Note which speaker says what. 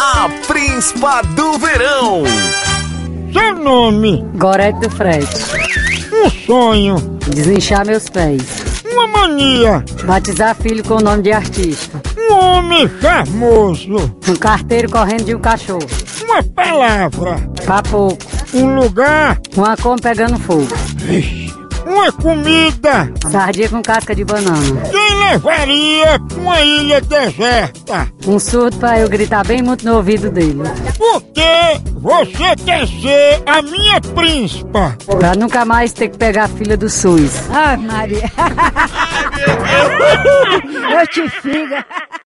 Speaker 1: a Príncipa do Verão.
Speaker 2: Seu nome,
Speaker 3: Gorete do Fred.
Speaker 2: um sonho,
Speaker 3: Desinchar meus pés.
Speaker 2: uma mania,
Speaker 3: Batizar filho com o nome de artista.
Speaker 2: um homem famoso,
Speaker 3: Um carteiro correndo de um cachorro.
Speaker 2: uma palavra,
Speaker 3: Papo.
Speaker 2: um lugar,
Speaker 3: Uma coma pegando fogo.
Speaker 2: vixe, uma comida.
Speaker 3: Sardinha com casca de banana.
Speaker 2: Quem levaria pra uma ilha deserta?
Speaker 3: Um surdo pra eu gritar bem muito no ouvido dele.
Speaker 2: Porque você quer ser a minha príncipa.
Speaker 3: Pra nunca mais ter que pegar a filha do SUS.
Speaker 4: Ah, Maria. Eu te figa.